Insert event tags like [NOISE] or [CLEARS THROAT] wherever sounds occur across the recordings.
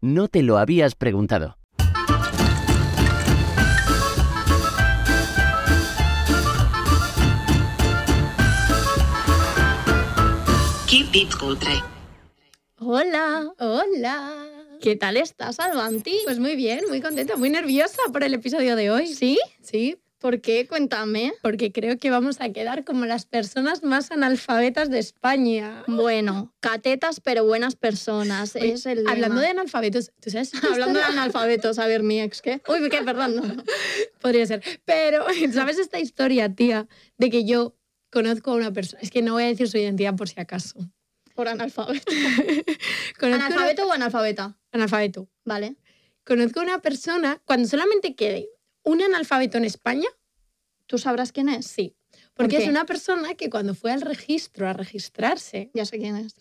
No te lo habías preguntado. Keep it cutre. Hola, hola. ¿Qué tal estás, Albanti? Pues muy bien, muy contenta, muy nerviosa por el episodio de hoy. ¿Sí? Sí. ¿Por qué? Cuéntame. Porque creo que vamos a quedar como las personas más analfabetas de España. Bueno, catetas pero buenas personas. Oye, es el Hablando lema. de analfabetos, ¿tú sabes? [LAUGHS] Hablando de analfabetos, a ver, mi ex, ¿qué? Uy, qué, perdón, no, [LAUGHS] no. podría ser. Pero, [LAUGHS] ¿sabes esta historia, tía? De que yo conozco a una persona, es que no voy a decir su identidad por si acaso. Por analfabeto. Conozco a una- ¿Analfabeto o analfabeta? analfabeto. Vale. Conozco a una persona, cuando solamente quede un analfabeto en España, ¿Tú sabrás quién es? sí. ¿Por Porque qué? es una persona que cuando fue al registro a registrarse, Ya sé [LAUGHS] quién es.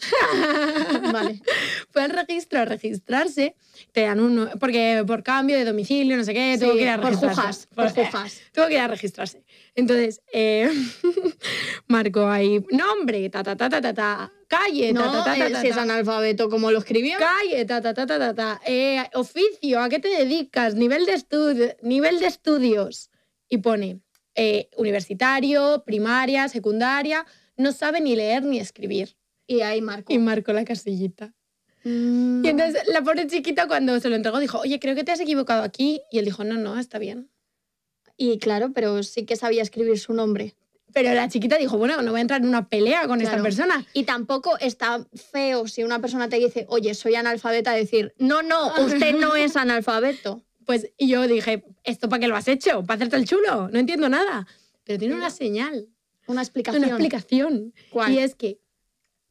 vale. fue al registro a registrarse, te dan un... Porque por cambio de domicilio, no sé qué, tuvo Sí, que ir a por registrarse. jujas, por jujas. Tuvo [LAUGHS] que ir a registrarse. Entonces, eh, [LAUGHS] marcó ahí nombre, ta, ta, ta, ta, ta, ta, calle, ta, ta, No, ta, ta, eh, ta, si es ta, analfabeto, como lo escribió? calle, ta, ta, ta, ta, ta, ta, eh, oficio, ¿a qué te dedicas? Nivel de, estudio, nivel de estudios. Y pone eh, universitario, primaria, secundaria, no sabe ni leer ni escribir. Y ahí marco. Y marcó la casillita. Mm. Y entonces la pobre chiquita cuando se lo entregó dijo, oye, creo que te has equivocado aquí. Y él dijo, no, no, está bien. Y claro, pero sí que sabía escribir su nombre. Pero la chiquita dijo, bueno, no voy a entrar en una pelea con esta Claro. persona. Y tampoco está feo si una persona te dice, oye, soy analfabeta, decir, no, no, usted [LAUGHS] no es analfabeto. Pues y yo dije, ¿esto para qué lo has hecho? ¿Para hacerte el chulo? No entiendo nada. Pero tiene una señal, Una explicación. una explicación. ¿Cuál? Y es que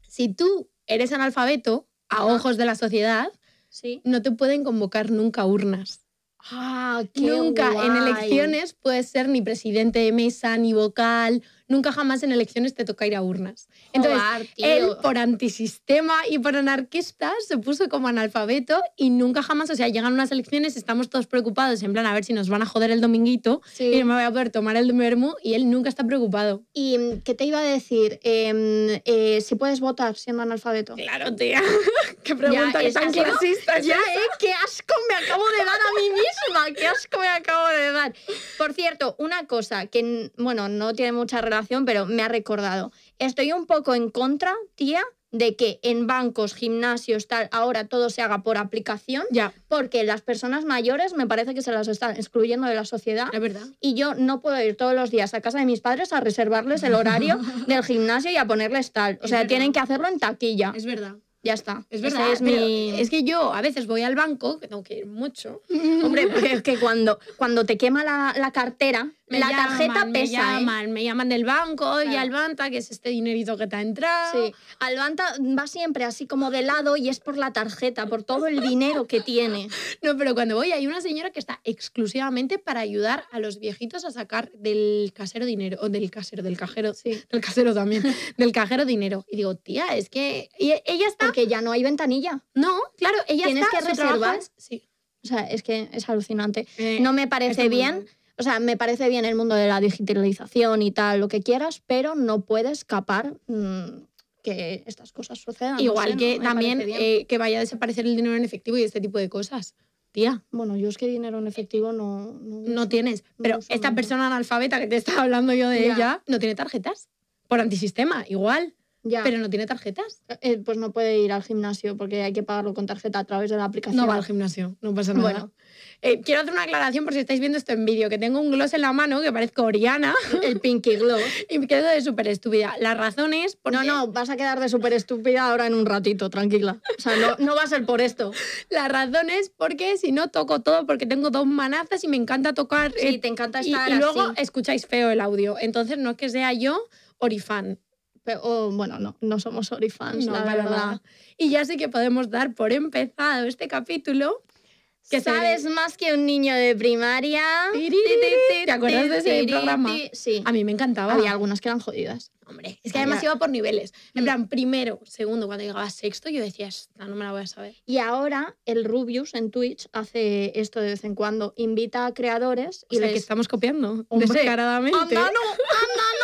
si tú eres analfabeto, a Ajá. ojos de la sociedad, Sí. no te pueden convocar nunca a urnas. Ah, nunca en guay. elecciones puedes ser ni presidente de mesa, ni vocal. Nunca jamás en elecciones te toca ir a urnas. Entonces, Joder, Oh, tío. Él, por antisistema y por anarquista, se puso como analfabeto y nunca jamás, o sea, llegan unas elecciones, estamos todos preocupados, en plan, a ver si nos van a joder el dominguito Sí. y no me voy a poder tomar el vermú y él nunca está preocupado. ¿Y mm, qué te iba a decir? Em, eh, si puedes votar siendo analfabeto. Claro, tía. [LAUGHS] Qué pregunta es tan así, ¿no? clasista. es Eh, Ya, esa. ¿eh? ¡Qué asco me acabo de dar a mí misma! ¡Qué asco me acabo de dar! Por cierto, una cosa que, n- bueno, no tiene mucha relación, pero me ha recordado. Estoy un poco en contra, tía, de que en bancos, gimnasios, tal, ahora todo se haga por aplicación, Ya, porque las personas mayores me parece que se las están excluyendo de la sociedad. es verdad. Y yo no puedo ir todos los días a casa de mis padres a reservarles el [LAUGHS] horario del gimnasio y a ponerles tal. O Es sea, verdad. tienen que hacerlo en taquilla. Es verdad. Ya está. Es Ese verdad. Ah. es pero mi... es que yo a veces voy al banco, que tengo que ir mucho. Hombre, porque es que cuando, cuando te quema la, la cartera, Me la llaman, tarjeta me pesa. ¿eh? llaman, me llaman del banco, y Claro. al banta, que es este dinerito que te ha entrado. Sí. Alvanta va siempre así como de lado y es por la tarjeta, por todo el dinero que tiene. No, pero cuando voy hay una señora que está exclusivamente para ayudar a los viejitos a sacar del casero dinero, o del casero, del cajero, Sí. del casero [LAUGHS] también, del cajero dinero. Y digo, tía, es que y e- ella está... Porque ya no hay ventanilla. No, claro, ella ¿Tienes está... que su trabajo reservar? es- Sí. O sea, es que es alucinante. Eh, No me está parece muy bien. O sea, me parece bien el mundo de la digitalización y tal, lo que quieras, pero no puede escapar mm, que estas cosas sucedan. no Igual sé, no que me también parece bien. eh, que vaya a desaparecer el dinero en efectivo y este tipo de cosas. Tía, Bueno, yo es que dinero en efectivo no... No, no tienes. No Pero uso esta nunca. persona analfabeta que te estaba hablando yo de Ya. ella no tiene tarjetas. Por antisistema, igual, Ya. pero no tiene tarjetas. Eh, pues no puede ir al gimnasio porque hay que pagarlo con tarjeta a través de la aplicación. No va al gimnasio, no pasa nada. Bueno. Eh, quiero hacer una aclaración por si estáis viendo esto en vídeo, que tengo un gloss en la mano que parezco Oriana [LAUGHS] [LAUGHS] El Pinky Gloss. y me quedo de súper estúpida. La razón es porque No, no, vas a quedar de súper estúpida ahora en un ratito, tranquila. O sea, no, no va a ser por esto. la razón es porque si no toco todo porque tengo dos manazas y me encanta tocar eh, Sí, te encanta y, estar y luego así. escucháis feo el audio. Entonces no es que sea yo orifan. Pero, o, bueno, no, no somos Orifans, oh, No, Pues la para verdad. nada. Y ya sé que podemos dar por empezado este capítulo. Que Que sabes más que un niño de primaria. Tiri, tiri, tiri. Ah. ¿Te acuerdas de ese Tiri, programa? tiri, Sí. A mí me encantaba. Había algunas que eran jodidas. Hombre, es que además iba por niveles. En plan, primero, segundo, cuando llegaba a sexto, yo decía, esta no me la voy a saber. Y ahora el Rubius en Twitch hace esto de vez en cuando. Invita a creadores Y y la que les... estamos copiando, Hombre, descaradamente. ¡Anda, no!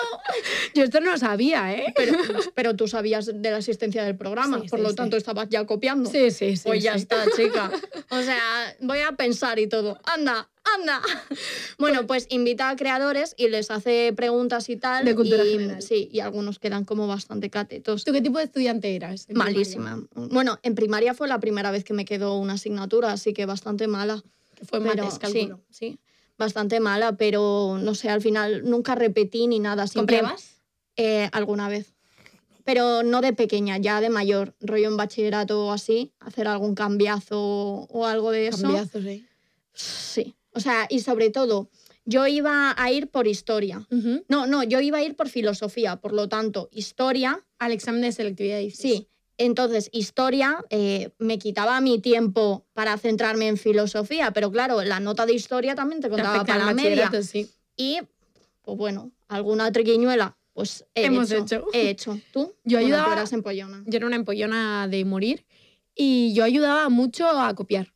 Yo esto no lo sabía, ¿eh? Pero, [LAUGHS] pero tú sabías de la existencia del programa, Sí, por sí, lo sí. tanto estabas ya copiando. [LAUGHS] Sí, sí, sí. Pues ya sí. está, chica. [LAUGHS] O sea, voy a pensar y todo. Anda, anda. [LAUGHS] Bueno, pues invita a creadores y les hace preguntas y tal. De cultura y, general. Sí, y algunos quedan como bastante catetos. ¿Tú qué tipo de estudiante eras? en primaria? Malísima. Bueno, en primaria fue la primera vez que me quedó una asignatura, así que bastante mala. Que fue Pero, mates, sí, calculo. sí, bastante mala, pero no sé, al final nunca repetí ni nada. Siempre, eh, alguna vez. Pero no de pequeña, ya de mayor, rollo en bachillerato o así, hacer algún cambiazo o algo de eso. Cambiazos, ¿eh? Sí. O sea, y sobre todo, yo iba a ir por historia. Ujú. No, no, yo iba a ir por filosofía, por lo tanto, historia, Al examen de selectividad dices. sí. Entonces, historia eh, me quitaba mi tiempo para centrarme en filosofía, pero claro, la nota de historia también te Te contaba afecta para la el media. bachillerato, sí. Y, pues bueno, alguna triquiñuela, pues he Hemos hecho. He hecho. ¿Tú? [LAUGHS] Yo Bueno, tú ayudaba- eras empollona. Yo era una empollona de morir y yo ayudaba mucho a copiar.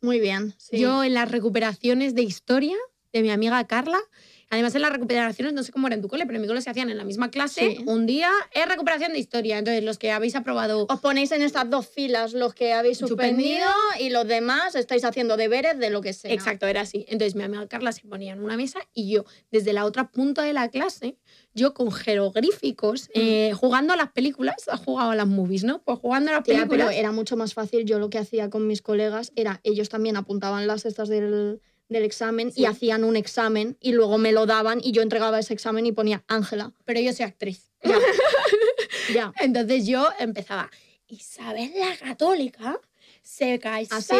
Muy bien. sí. Yo en las recuperaciones de historia de mi amiga Carla, además en las recuperaciones, no sé cómo era en tu cole, pero en mi cole se hacían en la misma clase. Sí. Un día es recuperación de historia. Entonces, los que habéis aprobado Os ponéis en estas dos filas los que habéis suspendido, Suspendido. y los demás estáis haciendo deberes de lo que sea. Exacto, era así. Entonces mi amiga Carla se ponía en una mesa y yo, desde la otra punta de la clase, yo con jeroglíficos, eh, jugando a las películas, ha jugado a las movies, ¿no? Pues jugando a las Tía, películas. pero eh, era mucho más fácil. Yo lo que hacía con mis colegas era, ellos también apuntaban las estas del, del examen Sí. y hacían un examen y luego me lo daban y yo entregaba ese examen y ponía Ángela. pero yo soy actriz. [LAUGHS] Ya. ya. Entonces yo empezaba, Isabel la católica se cae Así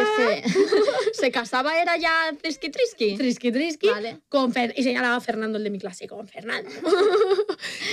[LAUGHS] se, se casaba, era ya trisqui trisqui. Trisqui, trisqui. Vale. Con Fer- y señalaba a Fernando, el de mi clase, con [LAUGHS] Fernando.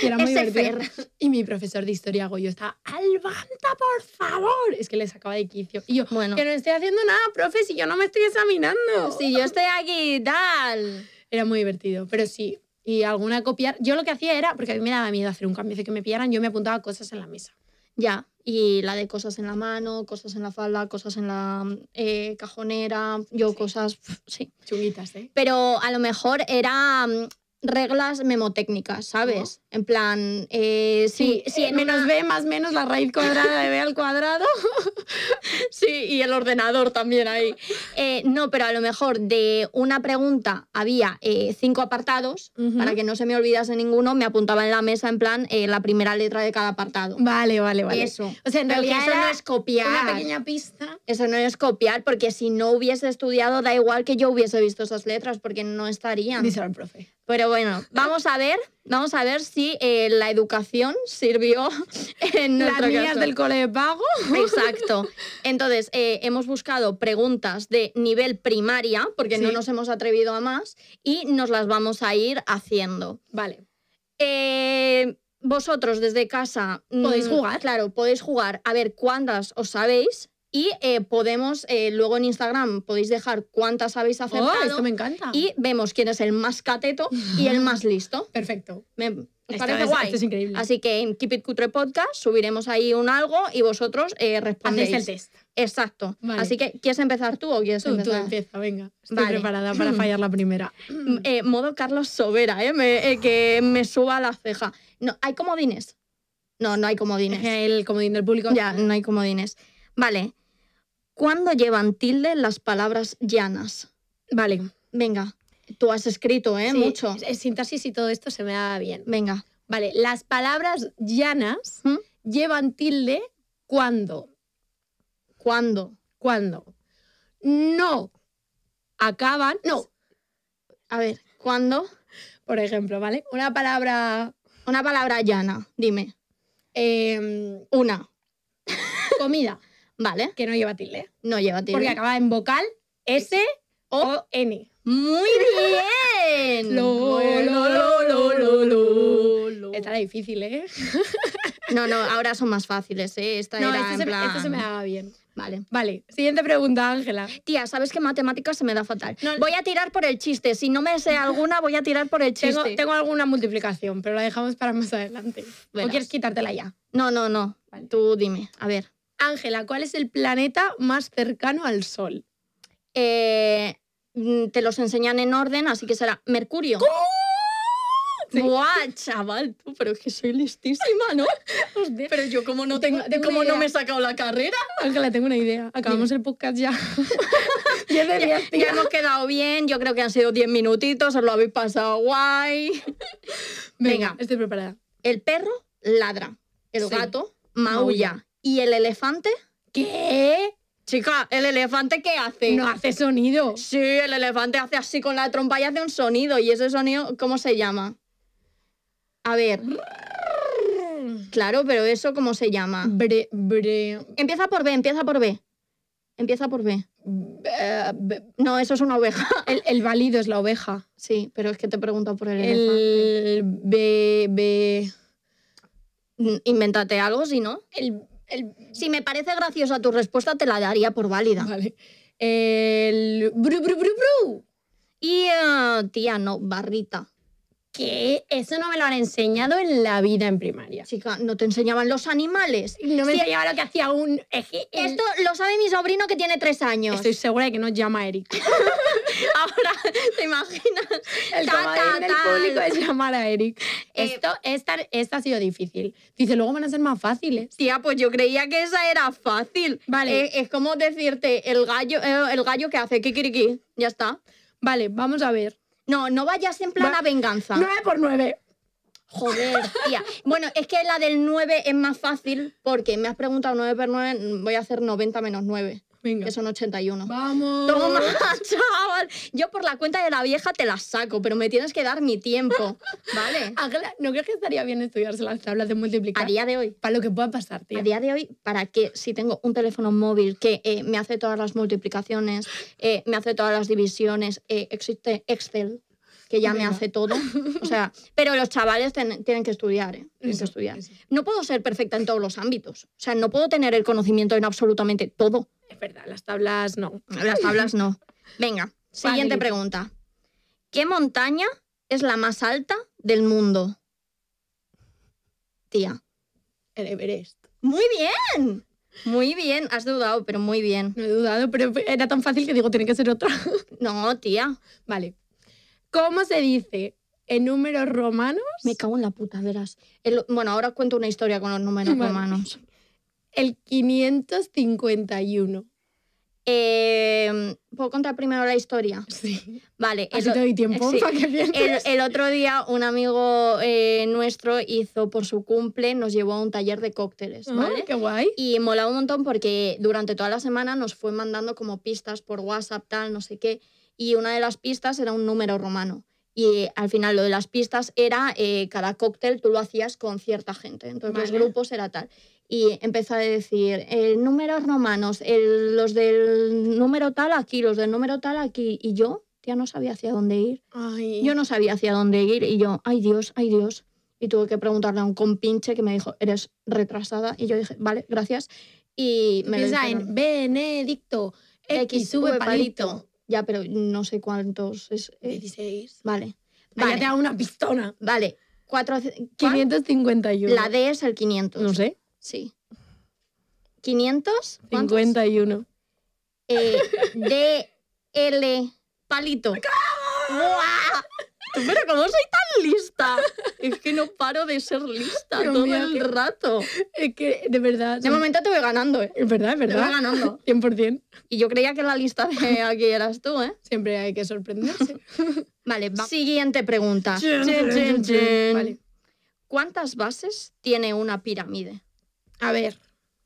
y era muy Ese divertido. Y mi profesor de historia, Goyo, estaba, ¡Alvanta, por favor! Es que le sacaba de quicio. Y yo, Bueno, Que no estoy haciendo nada, profe, si yo no me estoy examinando. si yo estoy aquí, tal. Era muy divertido, pero sí. Y alguna copiar. Yo lo que hacía era, porque a mí me daba miedo hacer un cambio, de que me pillaran, yo me apuntaba cosas en la mesa. Ya, y la de cosas en la mano, cosas en la falda, cosas en la eh, cajonera, yo Sí. cosas, pf, sí. Chunguitas, ¿eh? Pero a lo mejor era mm, reglas memotécnicas, ¿sabes? En plan, eh, sí, sí, en menos una- b más menos la raíz cuadrada de b al cuadrado. [LAUGHS] sí, y el ordenador también ahí. Eh, no, pero a lo mejor de una pregunta había eh, cinco apartados, Ujú. para que no se me olvidase ninguno, me apuntaba en la mesa en plan eh, la primera letra de cada apartado. Vale, vale, vale. Eso. O sea, en Pero que realidad eso era no es copiar. una pequeña pista. Eso no es copiar, porque si no hubiese estudiado, da igual que yo hubiese visto esas letras, porque no estarían. Díselo al profe. Pero bueno, vamos a ver, vamos a ver si eh, la educación [LAUGHS] sirvió en Las nuestro niñas caso. del cole de pago. Exacto. Entonces, eh, hemos buscado preguntas de nivel primaria, porque no Sí. nos hemos atrevido a más, y nos las vamos a ir haciendo. Vale. Eh, vosotros desde casa mm, Podéis jugar. Claro, podéis jugar a ver cuántas os sabéis y eh, podemos eh, luego en Instagram podéis dejar cuántas habéis Oh, acertado esto me encanta. y vemos quién es el más cateto y el más listo. Perfecto. Me os Esto parece es- guay. esto es increíble. Así que en Keep It Cutre Podcast subiremos ahí un algo y vosotros eh, respondéis. Hacéis el test. Exacto. Vale. Así que ¿quieres empezar tú o quieres Tú, tú empezar? empieza, venga. Estoy Vale. preparada [LAUGHS] para fallar la primera. Mm, eh, modo Carlos Sobera, eh, me- eh, que me suba la ceja. No, ¿hay comodines? No, no hay comodines. El comodín del público. Ya, no hay comodines. Vale. ¿Cuándo llevan tilde las palabras llanas? Vale. Venga, tú has escrito, ¿eh? Sí, Mucho. es- Sintaxis y todo esto se me da bien. Venga. Vale, las palabras llanas ¿Mm? llevan tilde cuando, ¿Cuándo? cuando no acaban, no. A ver, ¿cuándo? Por ejemplo, ¿vale? Una palabra Una palabra llana, dime. em, Una. comida ¿Vale? que no lleva tilde, No lleva tilde. porque acaba en vocal S o N. Muy [LAUGHS] bien. Lo, lo, lo, lo, lo, lo, lo. Uh. Esta era difícil, ¿eh? No, no, ahora son más fáciles, ¿eh? Esta No, era esto en se, me- plan... esto se me daba bien. Vale. Vale, siguiente pregunta, Ángela. Tía, sabes que matemáticas se me da fatal. No, voy a tirar por el chiste. Si no me sé alguna, voy a tirar por el chiste. Tengo, tengo alguna multiplicación, pero la dejamos para más adelante. ¿O Verás. quieres quitártela ya? No, no, no. Vale. Tú dime. A ver. Ángela, ¿cuál es el planeta más cercano al Sol? Eh, mm, te los enseñan en orden, así que será Mercurio. Sí. Buah, chaval, tú, pero es que soy listísima, [LAUGHS] ¿no? Pero yo como no tengo, Tengo como una idea. no me he sacado la carrera. Ángela, tengo una idea. Acabamos el podcast [LAUGHS] ya. Ya, diez, tía. ya hemos quedado bien, yo creo que han sido 10 minutitos, os lo habéis pasado guay. Venga. estoy preparada. El perro ladra, el Sí. gato Maulla. maulla. y el elefante. ¿Qué? Chica, ¿el elefante qué hace? No hace sonido. Sí, el elefante hace así con la trompa y hace un sonido. ¿Y ese sonido cómo se llama? A ver. Claro, pero eso cómo se llama. Bre, bre, Empieza por B, empieza por B. Empieza por B. eh, be- No, eso es una oveja. el, el válido es la oveja. Sí, pero es que te pregunto por el, elefante. El bebé. Mm, Invéntate algo, si no. El, el- Si me parece graciosa tu respuesta, te la daría por válida. Vale. El. Bru, bru, bru, bru. Y, eh, tía, no, barrita. ¿Qué? Eso no me lo han enseñado en la vida en primaria. Chica, no te enseñaban los animales. No me Sí. enseñaba lo que hacía un. eje- el- Esto lo sabe mi sobrino que tiene tres años. [LAUGHS] Estoy segura de que nos llama Eric. Ahora, ¿te imaginas? El Ta, comodín ta, del ta. público es llamar a Eric. Eh, Esto, esta, esta ha sido difícil. Dice, luego van a ser más fáciles. Tía, pues yo creía que esa era fácil. Vale. Eh, es como decirte el gallo, eh, el gallo que hace kikiriki. Ya está. Vale, vamos a ver. No, no vayas en plan Va- a venganza. 9 por 9. Joder, tía. Bueno, es que la del 9 es más fácil porque me has preguntado 9 por 9, voy a hacer 90 menos 9, Venga. que son 81. Vamos. [LAUGHS] Toma, chaval. Yo por la cuenta de la vieja te la saco, pero me tienes que dar mi tiempo, ¿vale? Ángela, ¿no crees que estaría bien estudiarse las tablas de multiplicar? A día de hoy. Para lo que pueda pasar, tío. A día de hoy, ¿para qué? Si tengo un teléfono móvil que eh, me hace todas las multiplicaciones, eh, me hace todas las divisiones, eh, existe Excel, que ya me Venga. hace todo. O sea, pero los chavales ten- tienen que estudiar, ¿eh? Tienen Eso, que estudiar. eso. No puedo ser perfecta en todos los ámbitos. O sea, no puedo tener el conocimiento en absolutamente todo. Es verdad, las tablas no. Las tablas no. Venga, siguiente Vale. pregunta. ¿Qué montaña es la más alta del mundo? Tía. El Everest. Muy bien. Muy bien. Has dudado, pero muy bien. No he dudado, pero era tan fácil que digo, tiene que ser otra. [LAUGHS] No, tía. Vale. ¿Cómo se dice en números romanos Me cago en la puta, verás. El- bueno, ahora cuento una historia con los números Vale. romanos. el 551? Eh, ¿Puedo contar primero la historia? Sí. Vale. el- Así te doy tiempo sí. para que El, pienses. el otro día un amigo eh, nuestro hizo por su cumple, nos llevó a un taller de cócteles, Ah, ¿vale? Qué guay. Y molaba un montón porque durante toda la semana nos fue mandando como pistas por WhatsApp, tal, no sé qué. Y una de las pistas era un número romano. Y eh, al final lo de las pistas era eh, cada cóctel tú lo hacías con cierta gente. Entonces los Vale. grupos era tal. Y empezó a decir, eh, números romanos, el- los del número tal aquí, los del número tal aquí. Y yo, ya no sabía hacia dónde ir. Ay. Yo no sabía hacia dónde ir y yo, ay Dios, ay Dios. Y tuve que preguntarle a un compinche que me dijo, eres retrasada. Y yo dije, vale, gracias. Y me lo Piensa en dijeron. Benedicto. X sube palito. Ya, pero no sé cuántos es. eh, 16. vale. Vale. te Vale, hago una pistona. vale. Cuatro, ¿cuál? 551. La D es el 500. No sé. Sí. ¿500? ¿Cuántos? 51. Eh, D, L, palito. ¡Buah! Tú, Pero ¿cómo soy tan lista? Es que no paro de ser lista Pero todo mira el que- rato. Es que, de verdad. De momento te voy ganando, ¿eh? Es verdad, es Te voy verdad. ganando. 100%. Y yo creía que la lista de aquí eras tú, ¿eh? Siempre hay que sorprenderse. [LAUGHS] Vale, va- siguiente pregunta. Chin, Chin, chin, chin, chin. Vale. ¿Cuántas bases tiene una pirámide? A ver.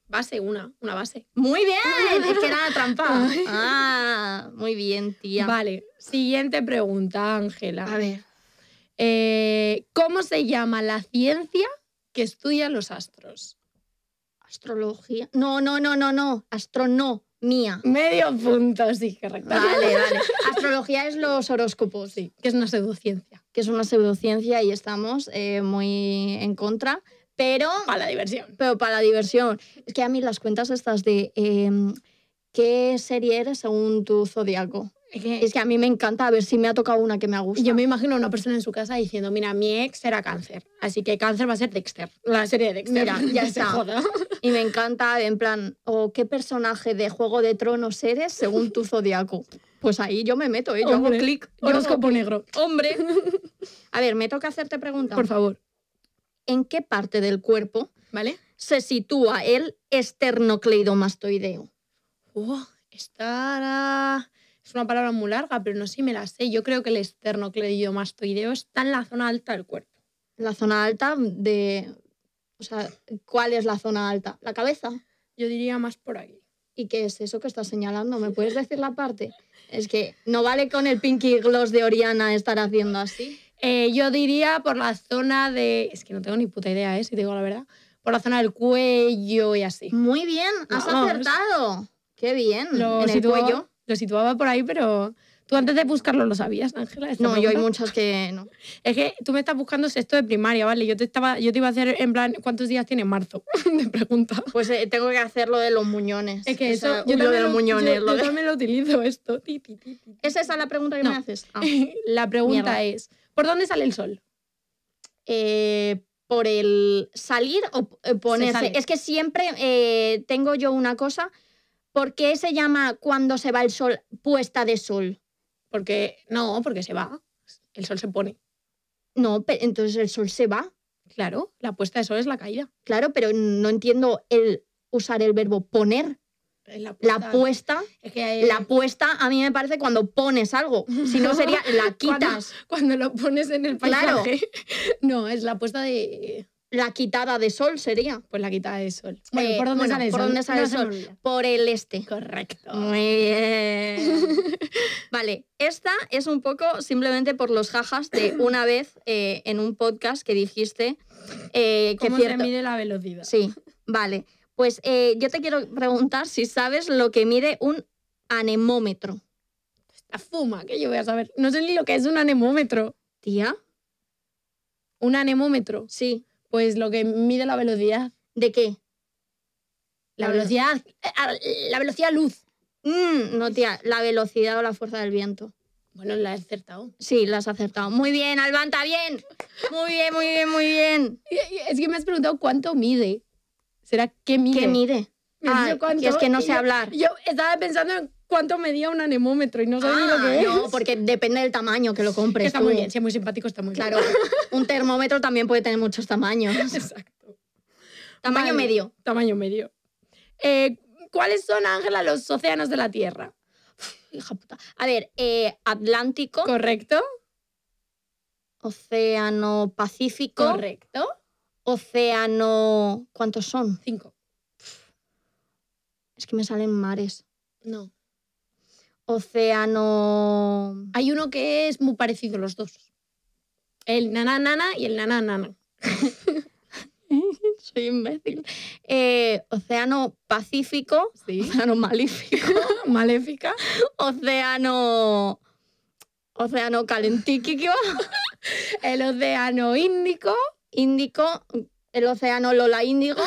Base una. Una base. Muy bien, es que era la trampa. Ah, muy bien, tía. Vale. Siguiente pregunta, Ángela. A ver. Eh, ¿Cómo se llama la ciencia que estudia los astros? Astrología. No, no, no, no, no. Astro no. mía. Medio punto, sí, correcto. Vale, vale. Astrología es los horóscopos, Sí, que es una pseudociencia. que es una pseudociencia y estamos eh, muy en contra, pero, Para la diversión. pero para la diversión. Es que a mí las cuentas estas de eh, qué serie eres según tu zodiaco. Es que a mí me encanta a ver si me ha tocado una que me gusta. Yo me imagino a una persona en su casa diciendo, mira, mi ex era cáncer, así que cáncer va a ser Dexter, la serie de Dexter. Mira, [LAUGHS] ya Que está. Se joda. Y me encanta, en plan, o qué personaje de Juego de Tronos eres según tu zodiaco. Pues ahí yo me meto, ¿eh? yo Hombre, hago clic. yo hago Horóscopo clic. negro, Hombre. A ver, me toca hacerte [LAUGHS] pregunta. por favor. ¿En qué parte del cuerpo ¿Vale? se sitúa el esternocleidomastoideo? Oh, estará... Es una palabra muy larga, pero no sé si me la sé. Yo creo que el esternocleidomastoideo está en la zona alta del cuerpo. La zona alta de... O sea, ¿cuál es la zona alta? La cabeza. Yo diría más por aquí. ¿Y qué es eso que estás señalando? [LAUGHS] ¿Me puedes decir la parte? Es que no vale con el pinky gloss de Oriana estar haciendo así. Eh, yo diría por la zona de... Eh, Es que no tengo ni puta idea, ¿eh? Si te digo la verdad. Por la zona del cuello y así. Muy bien, has Vamos. acertado. Qué bien. Mm, en el situaba, cuello. Lo situaba por ahí, pero tú antes de buscarlo lo sabías, Ángela. esta No, yo hay pregunta? muchas que no. Es que tú me estás buscando sexto de primaria, ¿vale? Yo te, estaba, yo te iba a hacer en plan, ¿cuántos días tiene marzo? [LAUGHS] de pregunta. Pues eh, tengo que hacer lo de los muñones. Es que eso, Esa- uy, yo, lo de también los muñones. yo- ¿eh? lo yo de- también lo utilizo esto. Ti, ti, ti, ti. [LAUGHS] ¿Es esa la pregunta que No. me haces? [LAUGHS] Ah. La pregunta Mierda. es, ¿por dónde sale el sol? eh, por el salir o eh, ponerse. sale. Es que siempre eh, tengo yo una cosa. ¿Por qué se llama cuando se va el sol puesta de sol? Porque, no, porque se va. El sol se pone. No, pe- entonces el sol se va. Claro, la puesta de sol es la caída. Claro, pero no entiendo el usar el verbo poner. Es La La puesta, es que, eh, la puesta a mí me parece cuando pones algo. Si no sería la quitas, cuando lo pones en el Claro. paisaje. No, es la puesta de... la quitada de sol sería. Pues la quitada de sol. Eh, bueno, ¿por dónde sale el se sol? me olvida. Por el este. Correcto. Muy bien. Vale, esta es un poco simplemente por los jajas de una vez eh, en un podcast que dijiste eh, que ¿Cómo se cierto. mide la velocidad? Sí, vale. Pues eh, yo te quiero preguntar si sabes lo que mide un anemómetro. La fuma, que yo voy a saber. No sé ni lo que es un anemómetro. Tía, Un anemómetro, sí. pues lo que mide la velocidad. ¿De qué? La La velocidad, eh, a- la velocidad luz. Mm, no, tía, la velocidad o la fuerza del viento. Bueno, la he acertado. Sí, la has acertado. Muy bien, Albanta, bien. Muy bien, muy bien, muy bien. Y- y Es que me has preguntado cuánto mide. ¿Será qué mide? ¿Qué mide? Me has Ah, dicho cuánto que es que no y sé yo- hablar. Yo estaba pensando en cuánto medía un anemómetro y no sabía Ah, lo que es. No, porque depende del tamaño que lo Que compres. está tú. muy bien, si es muy simpático, está muy Claro, bien. un termómetro también puede tener muchos tamaños. [LAUGHS] Exacto. Tamaño Vale. medio. Tamaño medio. Eh, ¿Cuáles son, Ángela, los océanos de la Tierra? Hija puta. A ver, eh, Atlántico, ¿Correcto? Océano Pacífico, Correcto. Océano. ¿Cuántos son? Cinco. Es que me salen mares. No. Océano. Hay uno que es muy parecido los dos. El nana nana y el nana nana. Soy imbécil. Eh, océano Pacífico, [LAUGHS] Sí. Océano Malífico, [LAUGHS] [LAUGHS] Maléfica. Océano. Océano Calentiquiquio, [LAUGHS] El océano Índico. Índico, el océano Lola Índigo.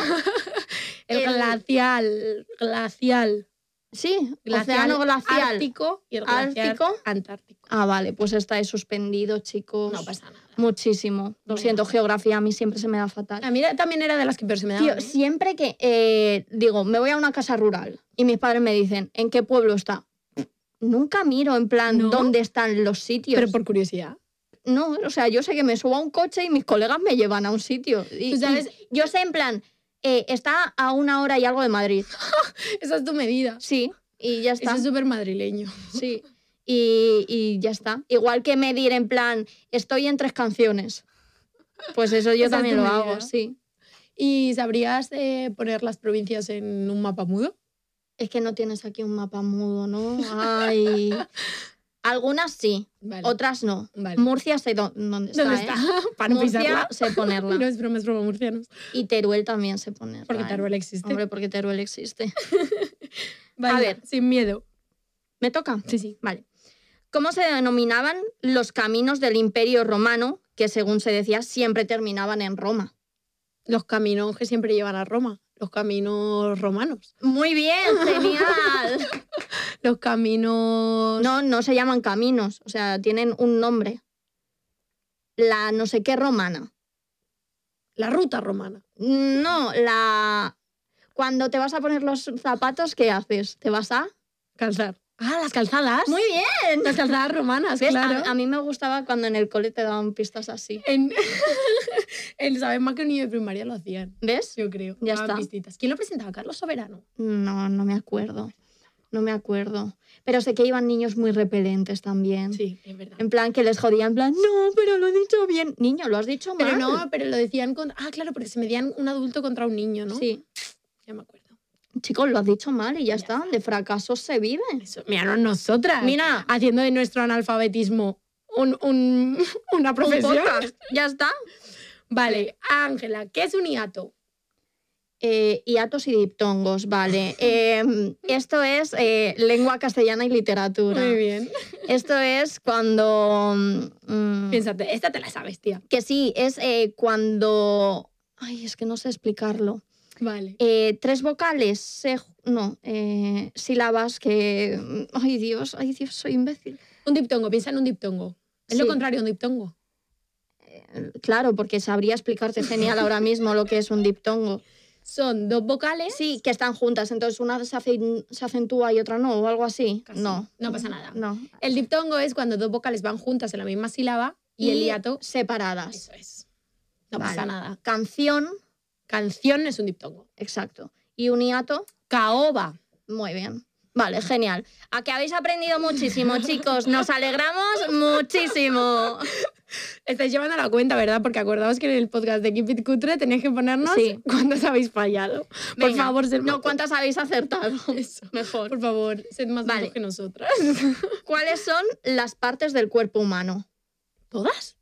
El, El- glacial. Glacial. Sí, glacial océano glacial. Ártico y el glacial Ártico. Antártico. Ah, vale, pues está suspendido, chicos. No pasa nada. Muchísimo. Lo Bueno. siento, geografía a mí siempre se me da fatal. A mí también era de las que pero se me daban. Tío, siempre que eh, digo, me voy a una casa rural y mis padres me dicen, ¿en qué pueblo está? Nunca miro en plan ¿No? dónde están los sitios. Pero por curiosidad. No, o sea, yo sé que me subo a un coche y mis colegas me llevan a un sitio. Y, Tú sabes- y yo sé en plan, eh, está a una hora y algo de Madrid. Esa es tu medida. Sí, y ya está. Ese es súper madrileño. Sí. Y, y ya está. Igual que medir en plan, estoy en tres canciones. Pues eso Esa yo es también tu lo medida. hago, sí. ¿Y sabrías eh, poner las provincias en un mapa mudo? Es que no tienes aquí un mapa mudo, ¿no? Ay. Algunas sí, Vale. otras no. Vale. Murcia sé dó- dónde está. ¿Dónde ¿eh? está? [LAUGHS] Para no Murcia pisarla. [LAUGHS] sé No ponerla. es broma, es broma, murcianos. Y Teruel también sé ponerla. Porque ¿eh? Teruel existe. [LAUGHS] Hombre, porque Teruel existe. Venga, ver. Sin miedo. ¿Me toca? Sí, sí. Vale. ¿Cómo se denominaban los caminos del Imperio Romano que, según se decía, siempre terminaban en Roma? Los caminos que siempre llevan a Roma. Los caminos romanos. Muy [LAUGHS] bien, genial. Los caminos. No, no se llaman caminos, o sea, tienen un nombre. La no sé qué romana. La ruta romana. Mm, No, la... Cuando te vas a poner los zapatos, ¿qué haces? ¿Te vas a...? Calzar. Ah, las calzadas. Muy bien. [LAUGHS] Las calzadas romanas, ¿Ves? claro. A, a mí me gustaba cuando en el cole te daban pistas así. En, [LAUGHS] en ¿Sabes más que un niño de primaria lo hacían? ¿Ves? Yo creo. Ya Daban está. pistitas. ¿Quién lo presentaba? Carlos Soberano. No, no me acuerdo. No me acuerdo. Pero sé que iban niños muy repelentes también. Sí, es verdad. Mm. En plan, que les jodían, en plan, no, pero lo he dicho bien. Niño, lo has dicho mal. Pero no, pero lo decían con. Ah, claro, porque se medían un adulto contra un niño, ¿no? Sí. Ya me acuerdo. Chicos, lo has dicho mal y Ya ya, está. De fracasos se vive. Eso, míranos nosotras. Mira, Haciendo de nuestro analfabetismo un, un- [LAUGHS] una profesión. un podcast. Pues Ya está. vale, Ángela, ¿qué es un hiato? Eh, hiatos y [LAUGHS] diptongos, vale. Eh, esto es eh, lengua castellana y literatura. Muy bien. Esto es cuando... mm, Piénsate, esta te la sabes, tía. que sí, es eh, cuando... Ay, es que no sé explicarlo. Vale. Eh, tres vocales, se ju- no, eh, sílabas que... mm, Ay Dios, ay Dios, soy imbécil. Un diptongo, piensa en un diptongo. Es lo Sí. contrario a un diptongo. Claro, porque sabría explicarte genial ahora mismo lo que es [LAUGHS] un diptongo. Son dos vocales. Sí, que están juntas, entonces una se, afe- se acentúa y otra no, o algo así. Casi. No, No pasa nada. no. El diptongo es cuando dos vocales van juntas en la misma sílaba y, el hiato. separadas. Eso es. No Vale. pasa nada. Canción, Canción es un diptongo. exacto. Y un hiato, Caoba. muy bien. Vale, genial. A que habéis [LAUGHS] aprendido muchísimo, chicos. Nos alegramos muchísimo. Estáis llevando la cuenta, ¿verdad? Porque acordaos que en el podcast de Keep It Cutre tenéis que ponernos [LAUGHS] Sí. cuántas habéis fallado. Por Venga, favor, ser No, más- ¿cuántas habéis acertado? Eso. Mejor. Por favor, sed más Vale. malos que nosotras. ¿Cuáles son las partes del cuerpo humano? ¿Todas?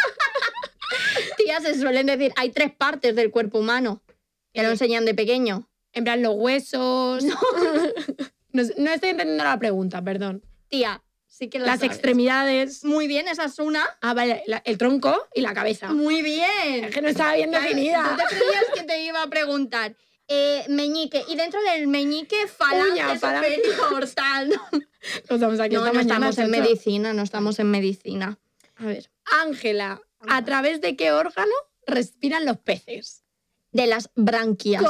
[LAUGHS] Tías se suelen decir, hay tres partes del cuerpo humano. Que lo Eh. enseñan de pequeño. En plan, los huesos. No, sé- [LAUGHS] no estoy entendiendo la pregunta, perdón. Tía, sí que lo Las sabes. extremidades. Muy bien, esa es una. Ah, vale, la- el tronco y la cabeza. Muy bien. Es que no estaba bien Claro, definida. ¿Tú [LAUGHS] te creías que te iba a preguntar? Eh, meñique. Y dentro del meñique, falange Uña, falange. superior, tal. No, No estamos aquí no, esta mañana, estamos en chacho. medicina, no estamos en medicina. A ver. Ángela, ¿a través de qué órgano respiran los peces? De las branquias.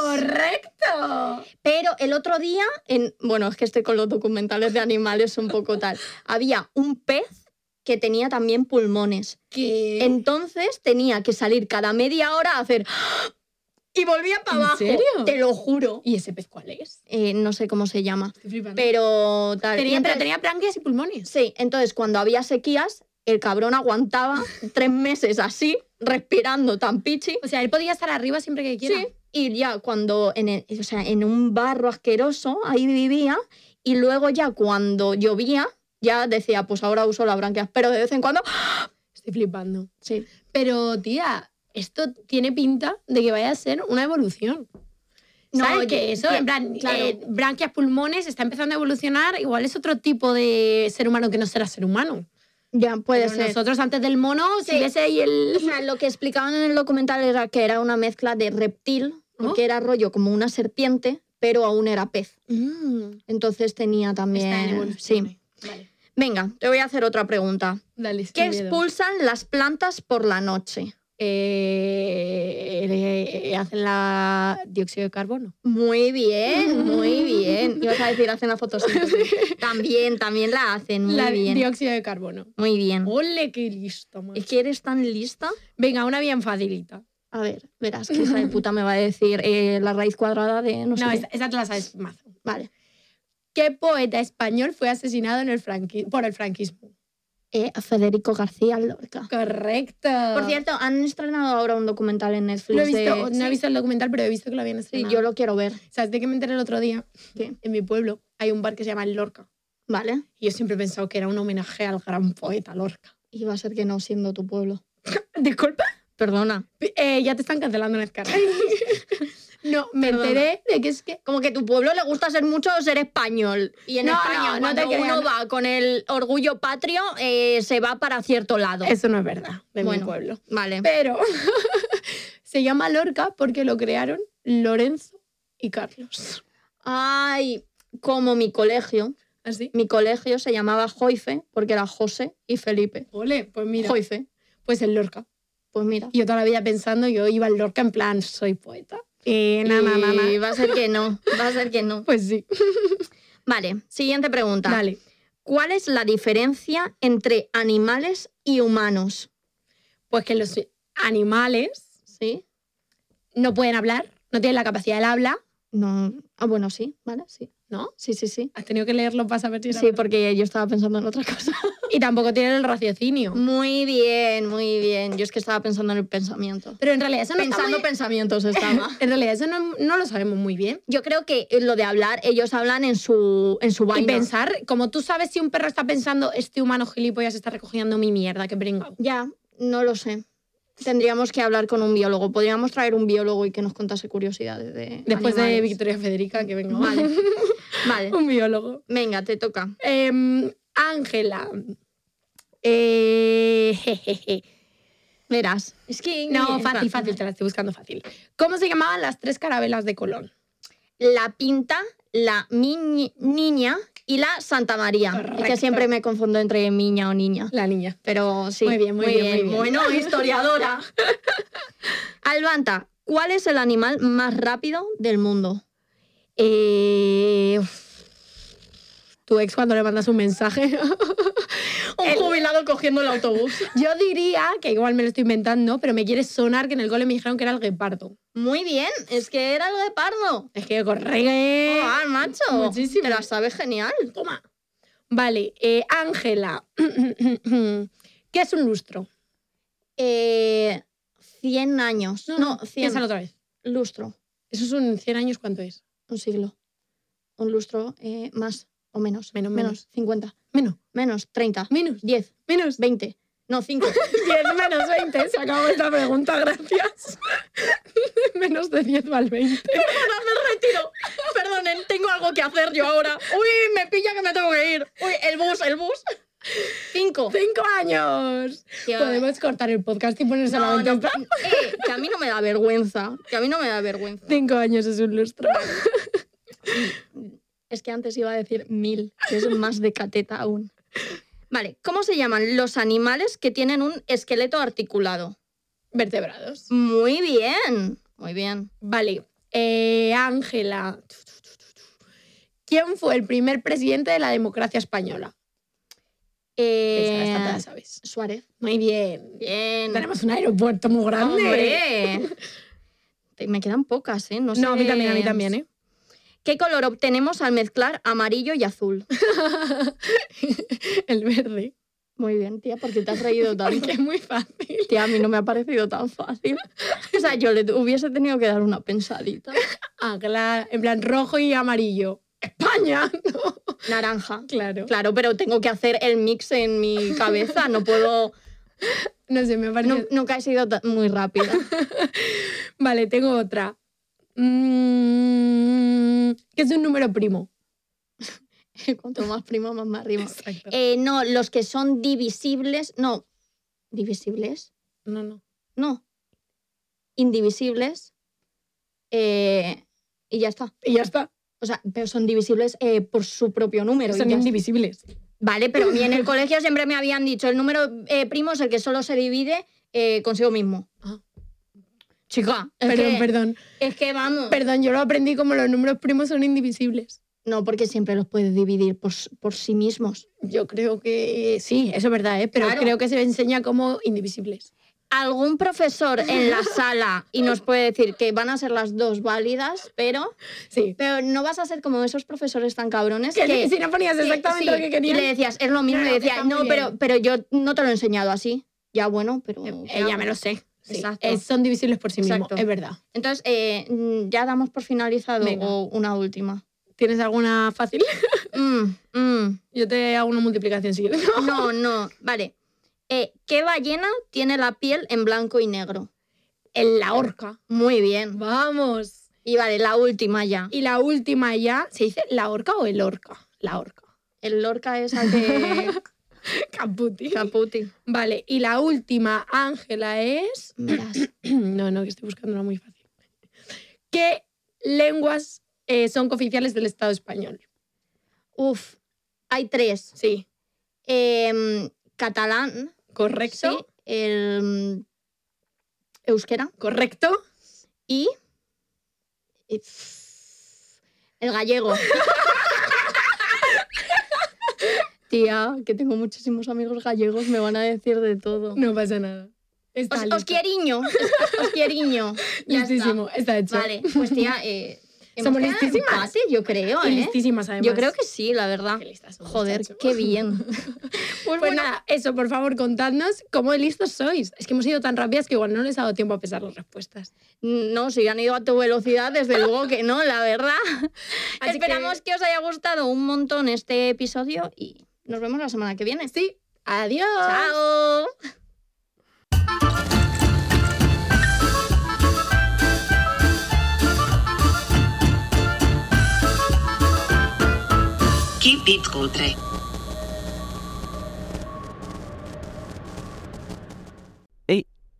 ¡Correcto! Pero el otro día, en, bueno, es que estoy con los documentales de animales un poco tal. Había un pez que tenía también pulmones. ¿Qué? Entonces tenía que salir cada media hora a hacer... [GASPS] Y volvía para ¿En abajo. serio? Te lo juro. ¿Y ese pez cuál es? Eh, no sé cómo se llama. Estoy flipando. Pero tal. Y tenía, entonces- pero tenía branquias y pulmones. Sí, entonces cuando había sequías, el [LAUGHS] cabrón aguantaba tres meses así, respirando tan pichi. O sea, él podía estar arriba siempre que quiera. Sí, y ya cuando, en, el- o sea, en un barro asqueroso, ahí vivía, y luego ya cuando llovía, ya decía, pues ahora uso las branquias, pero de vez en cuando, ¡ah! Estoy flipando. sí. Pero, tía, esto tiene pinta de que vaya a ser una evolución. ¿Sabes yo- que eso? yo- En plan, claro. eh, branquias, pulmones, está empezando a evolucionar. Igual es otro tipo de ser humano que no será ser humano. ya puede Pero ser. Nosotros antes del mono, Sí. si ves ahí el... O sea, lo que explicaban en el documental era que era una mezcla de reptil, ¿Oh? porque era rollo como una serpiente, pero aún era pez. Mm, Entonces tenía está en también... Sí. evolución. Vale. Venga, te voy a hacer otra pregunta. Dale, ¿Qué sin miedo. expulsan las plantas por la noche? Eh, eh, eh, hacen la dióxido de carbono. Muy bien, [LAUGHS] muy bien. Ibas a decir, hacen la fotosíntesis. También, también la hacen, muy la bien. dióxido de carbono. Muy bien. Ole, qué listo, man. Es que eres tan lista. Venga, una bien facilita. A ver, verás que [LAUGHS] esa de puta me va a decir eh, la raíz cuadrada de no, sé No, qué. esa, esa te la sabes más. Vale. ¿Qué poeta español fue asesinado en el franqui- por el franquismo? Eh, Federico García Lorca. Correcto. Por cierto, han estrenado ahora un documental en Netflix. Lo he de- visto, no he visto el documental, pero he visto que lo habían Sí, estrenado. yo lo quiero ver. ¿Sabes de qué me enteré el otro día? ¿Qué? En mi pueblo hay un bar que se llama El Lorca. Vale. Y yo siempre he pensado que era un homenaje al gran poeta Lorca. Y va a ser que no siendo tu [LAUGHS] pueblo. Disculpa. Perdona. [LAUGHS] Eh, ya te están cancelando en Escarra. [LAUGHS] No, me Perdona. enteré de que es que. Como que tu pueblo le gusta ser mucho ser español. Y en No, no, España, no cuando te uno creas. va con el orgullo patrio, eh, se va para cierto lado. Eso no es verdad, de mi Bueno. pueblo. Vale. Pero [LAUGHS] se llama Lorca porque lo crearon Lorenzo y Carlos. Ay, como mi colegio. ¿Así? Mi colegio se llamaba Joife porque era José y Felipe. Ole, pues mira. Joife. Pues el Lorca. Pues mira. Yo toda la vida pensando, yo iba al Lorca en plan, soy poeta. Y na, na, na, Y na. va a ser que no, va a ser que no. Pues sí. Vale, siguiente pregunta. Dale. ¿Cuál es la diferencia entre animales y humanos? Pues que los animales ¿Sí? no pueden hablar, no tienen la capacidad del habla. No. Ah, bueno, sí, vale, sí. ¿No? Sí, sí, sí. Has tenido que leerlo para saber si era Sí, verdad. porque yo estaba pensando en otra [LAUGHS] cosa. Y tampoco tienen el raciocinio. Muy bien, muy bien. Yo es que estaba pensando en el pensamiento. Pero en realidad eso no está Pensando muy- [LAUGHS] pensamientos estaba. En realidad eso no, no lo sabemos muy bien. Yo creo que eh, lo de hablar, ellos hablan en su, en su Y vaina. pensar, como tú sabes si un perro está pensando, este humano gilipollas está recogiendo mi mierda, que brinco. Ya, no lo sé. Tendríamos que hablar con un biólogo. Podríamos traer un biólogo y que nos contase curiosidades de. Después de animales. Victoria Federica, que vengo. Vale. [LAUGHS] Vale. Un biólogo. Venga, te toca. Em, Ángela. Eh, [LAUGHS] jejeje. Verás. Es que. No, fácil, fácil, te la estoy buscando fácil. ¿Cómo se llamaban las tres carabelas de Colón? La pinta, la miñi- niña y la Santa María. Es Correcto. que siempre me confundo entre miña o niña. La niña. Pero sí. Muy bien, muy bien, muy bien. Bueno, [LAUGHS] historiadora. Albanta, ¿cuál es el animal más rápido del mundo? Eh, tu ex cuando le mandas un mensaje. [LAUGHS] Un jubilado cogiendo el autobús. [LAUGHS] Yo diría, que igual me lo estoy inventando, pero me quiere sonar que en el cole me dijeron que era el guepardo. Muy bien, es que era el guepardo. Es que corre. ¡Ah, macho! Eh, muchísimo. Te la sabes genial. Toma. Vale, eh, Ángela. [CLEARS THROAT] ¿Qué es un lustro? Eh, 100 años. No, 100. Piénsalo otra vez. Lustro, Eso es un 100 años, ¿cuánto es? un siglo. Un lustro eh, más o menos. Menos, menos. 50. [LAUGHS] Menos, Menos 30. menos, 10. menos. 20. No, [LAUGHS] 5. 10 menos 20, se acabó esta pregunta, gracias. [LAUGHS] menos de 10 al 20. retiro. Perdonen, tengo algo que hacer yo ahora. Uy, me pilla que me tengo que ir. Uy, el bus, el bus. 5. 5 años. Pues Podemos cortar el podcast y poner solamente un plan. que a mí eh, no me da vergüenza. Que a mí no me da vergüenza. 5 años es un lustro. Es que antes iba a decir mil, que es más de cateta aún. Vale, ¿cómo se llaman los animales que tienen un esqueleto articulado? Vertebrados. Muy bien, muy bien. Vale, eh, Ángela. ¿Quién fue el primer presidente de la democracia española? Esa, esta te la Eh, sabes. Suárez. Muy bien. Bien. Tenemos un aeropuerto muy grande. ¡Hombre! Te- Me quedan pocas, ¿eh? No, sé. No, a mí también, a mí también, ¿eh? ¿Qué color obtenemos al mezclar amarillo y azul? [LAUGHS] El verde. Muy bien, tía, porque te has [LAUGHS] reído tanto. Porque es muy fácil. Tía, a mí no me ha parecido tan fácil. O sea, yo le tu- hubiese tenido que dar una pensadita. Ángela, en plan rojo y amarillo. España. [LAUGHS] No. Naranja. Claro. Claro, pero tengo que hacer el mix en mi cabeza. [LAUGHS] No puedo. No sé, me parece. nu- nunca he sido ta- muy rápida. [LAUGHS] Vale, tengo otra. Mm, ¿Qué es un número primo? Cuanto más primo, más más arriba. Eh, no, los que son divisibles. No. ¿Divisibles? No, no. No. Indivisibles. eh, y ya está. Y ya está. O sea, pero son divisibles eh, por su propio número. y Son ya está. indivisibles. Vale, pero a mí [LAUGHS] en el colegio siempre me habían dicho: el número eh, primo es el que solo se divide eh, consigo mismo. Ah. Chica, es Perdón, que- perdón. es que vamos. Perdón, yo lo aprendí como los números primos son indivisibles. No, porque siempre los puedes dividir por, s- por sí mismos. Yo creo que sí, eso es verdad, ¿eh? pero Claro. creo que se enseña como indivisibles. Algún profesor en la sala y nos puede decir que van a ser las dos válidas, pero, Sí. pero no vas a ser como esos profesores tan cabrones Que que... si- si no ponías que- exactamente sí, lo que querías. Y le decías, es lo mismo, Claro, y decía, está muy no, bien". pero, pero yo no te lo he enseñado así. Ya bueno, pero... Eh, ya me lo sé. Sí. Exacto. Eh, son divisibles por sí mismos, Exacto. es verdad. Entonces, eh, mm, ya damos por finalizado Venga. o una última. ¿Tienes alguna fácil? Mm, mm. Yo te hago una multiplicación si quieres. [LAUGHS] No, no, vale. Eh, ¿Qué ballena tiene la piel en blanco y negro? En la horca. Muy bien. Vamos. Y vale, la última ya. Y la última ya, ¿se dice la orca o el orca? La orca. El Lorca es al de [LAUGHS] Caputi. Caputi. Vale, y la última, Ángela, es... Verás. [CLEARS THROAT] No, no, que estoy buscando una muy fácil. ¿Qué lenguas eh, son cooficiales del Estado español? Uf, hay tres. Sí, Em, catalán, correcto. sí, el mm, euskera Correcto. y, y pff, [LAUGHS] el gallego. Tía, que tengo muchísimos amigos gallegos, me van a decir de todo. No pasa nada. Está Os, listo. os quieriño, os quieriño. [LAUGHS] Ya Listísimo, está, hecho. está. Vale, pues tía, eh, hemos Somos quedado en listísimas. empate, yo creo, Y ¿eh? listísimas, además. Yo creo que sí, la verdad. Qué listas somos, Joder, chacho. qué bien. [LAUGHS] [LAUGHS] Pues, nada, eso, por favor, contadnos cómo de listos sois. Es que hemos ido tan rápidas que igual no les ha dado tiempo a pesar las respuestas. No, si han ido a tu velocidad, desde luego que no, la verdad. [LAUGHS] Así Esperamos que... os haya gustado un montón este episodio y nos vemos la semana que viene. Sí, adiós. ¡Chao! Keep it culture.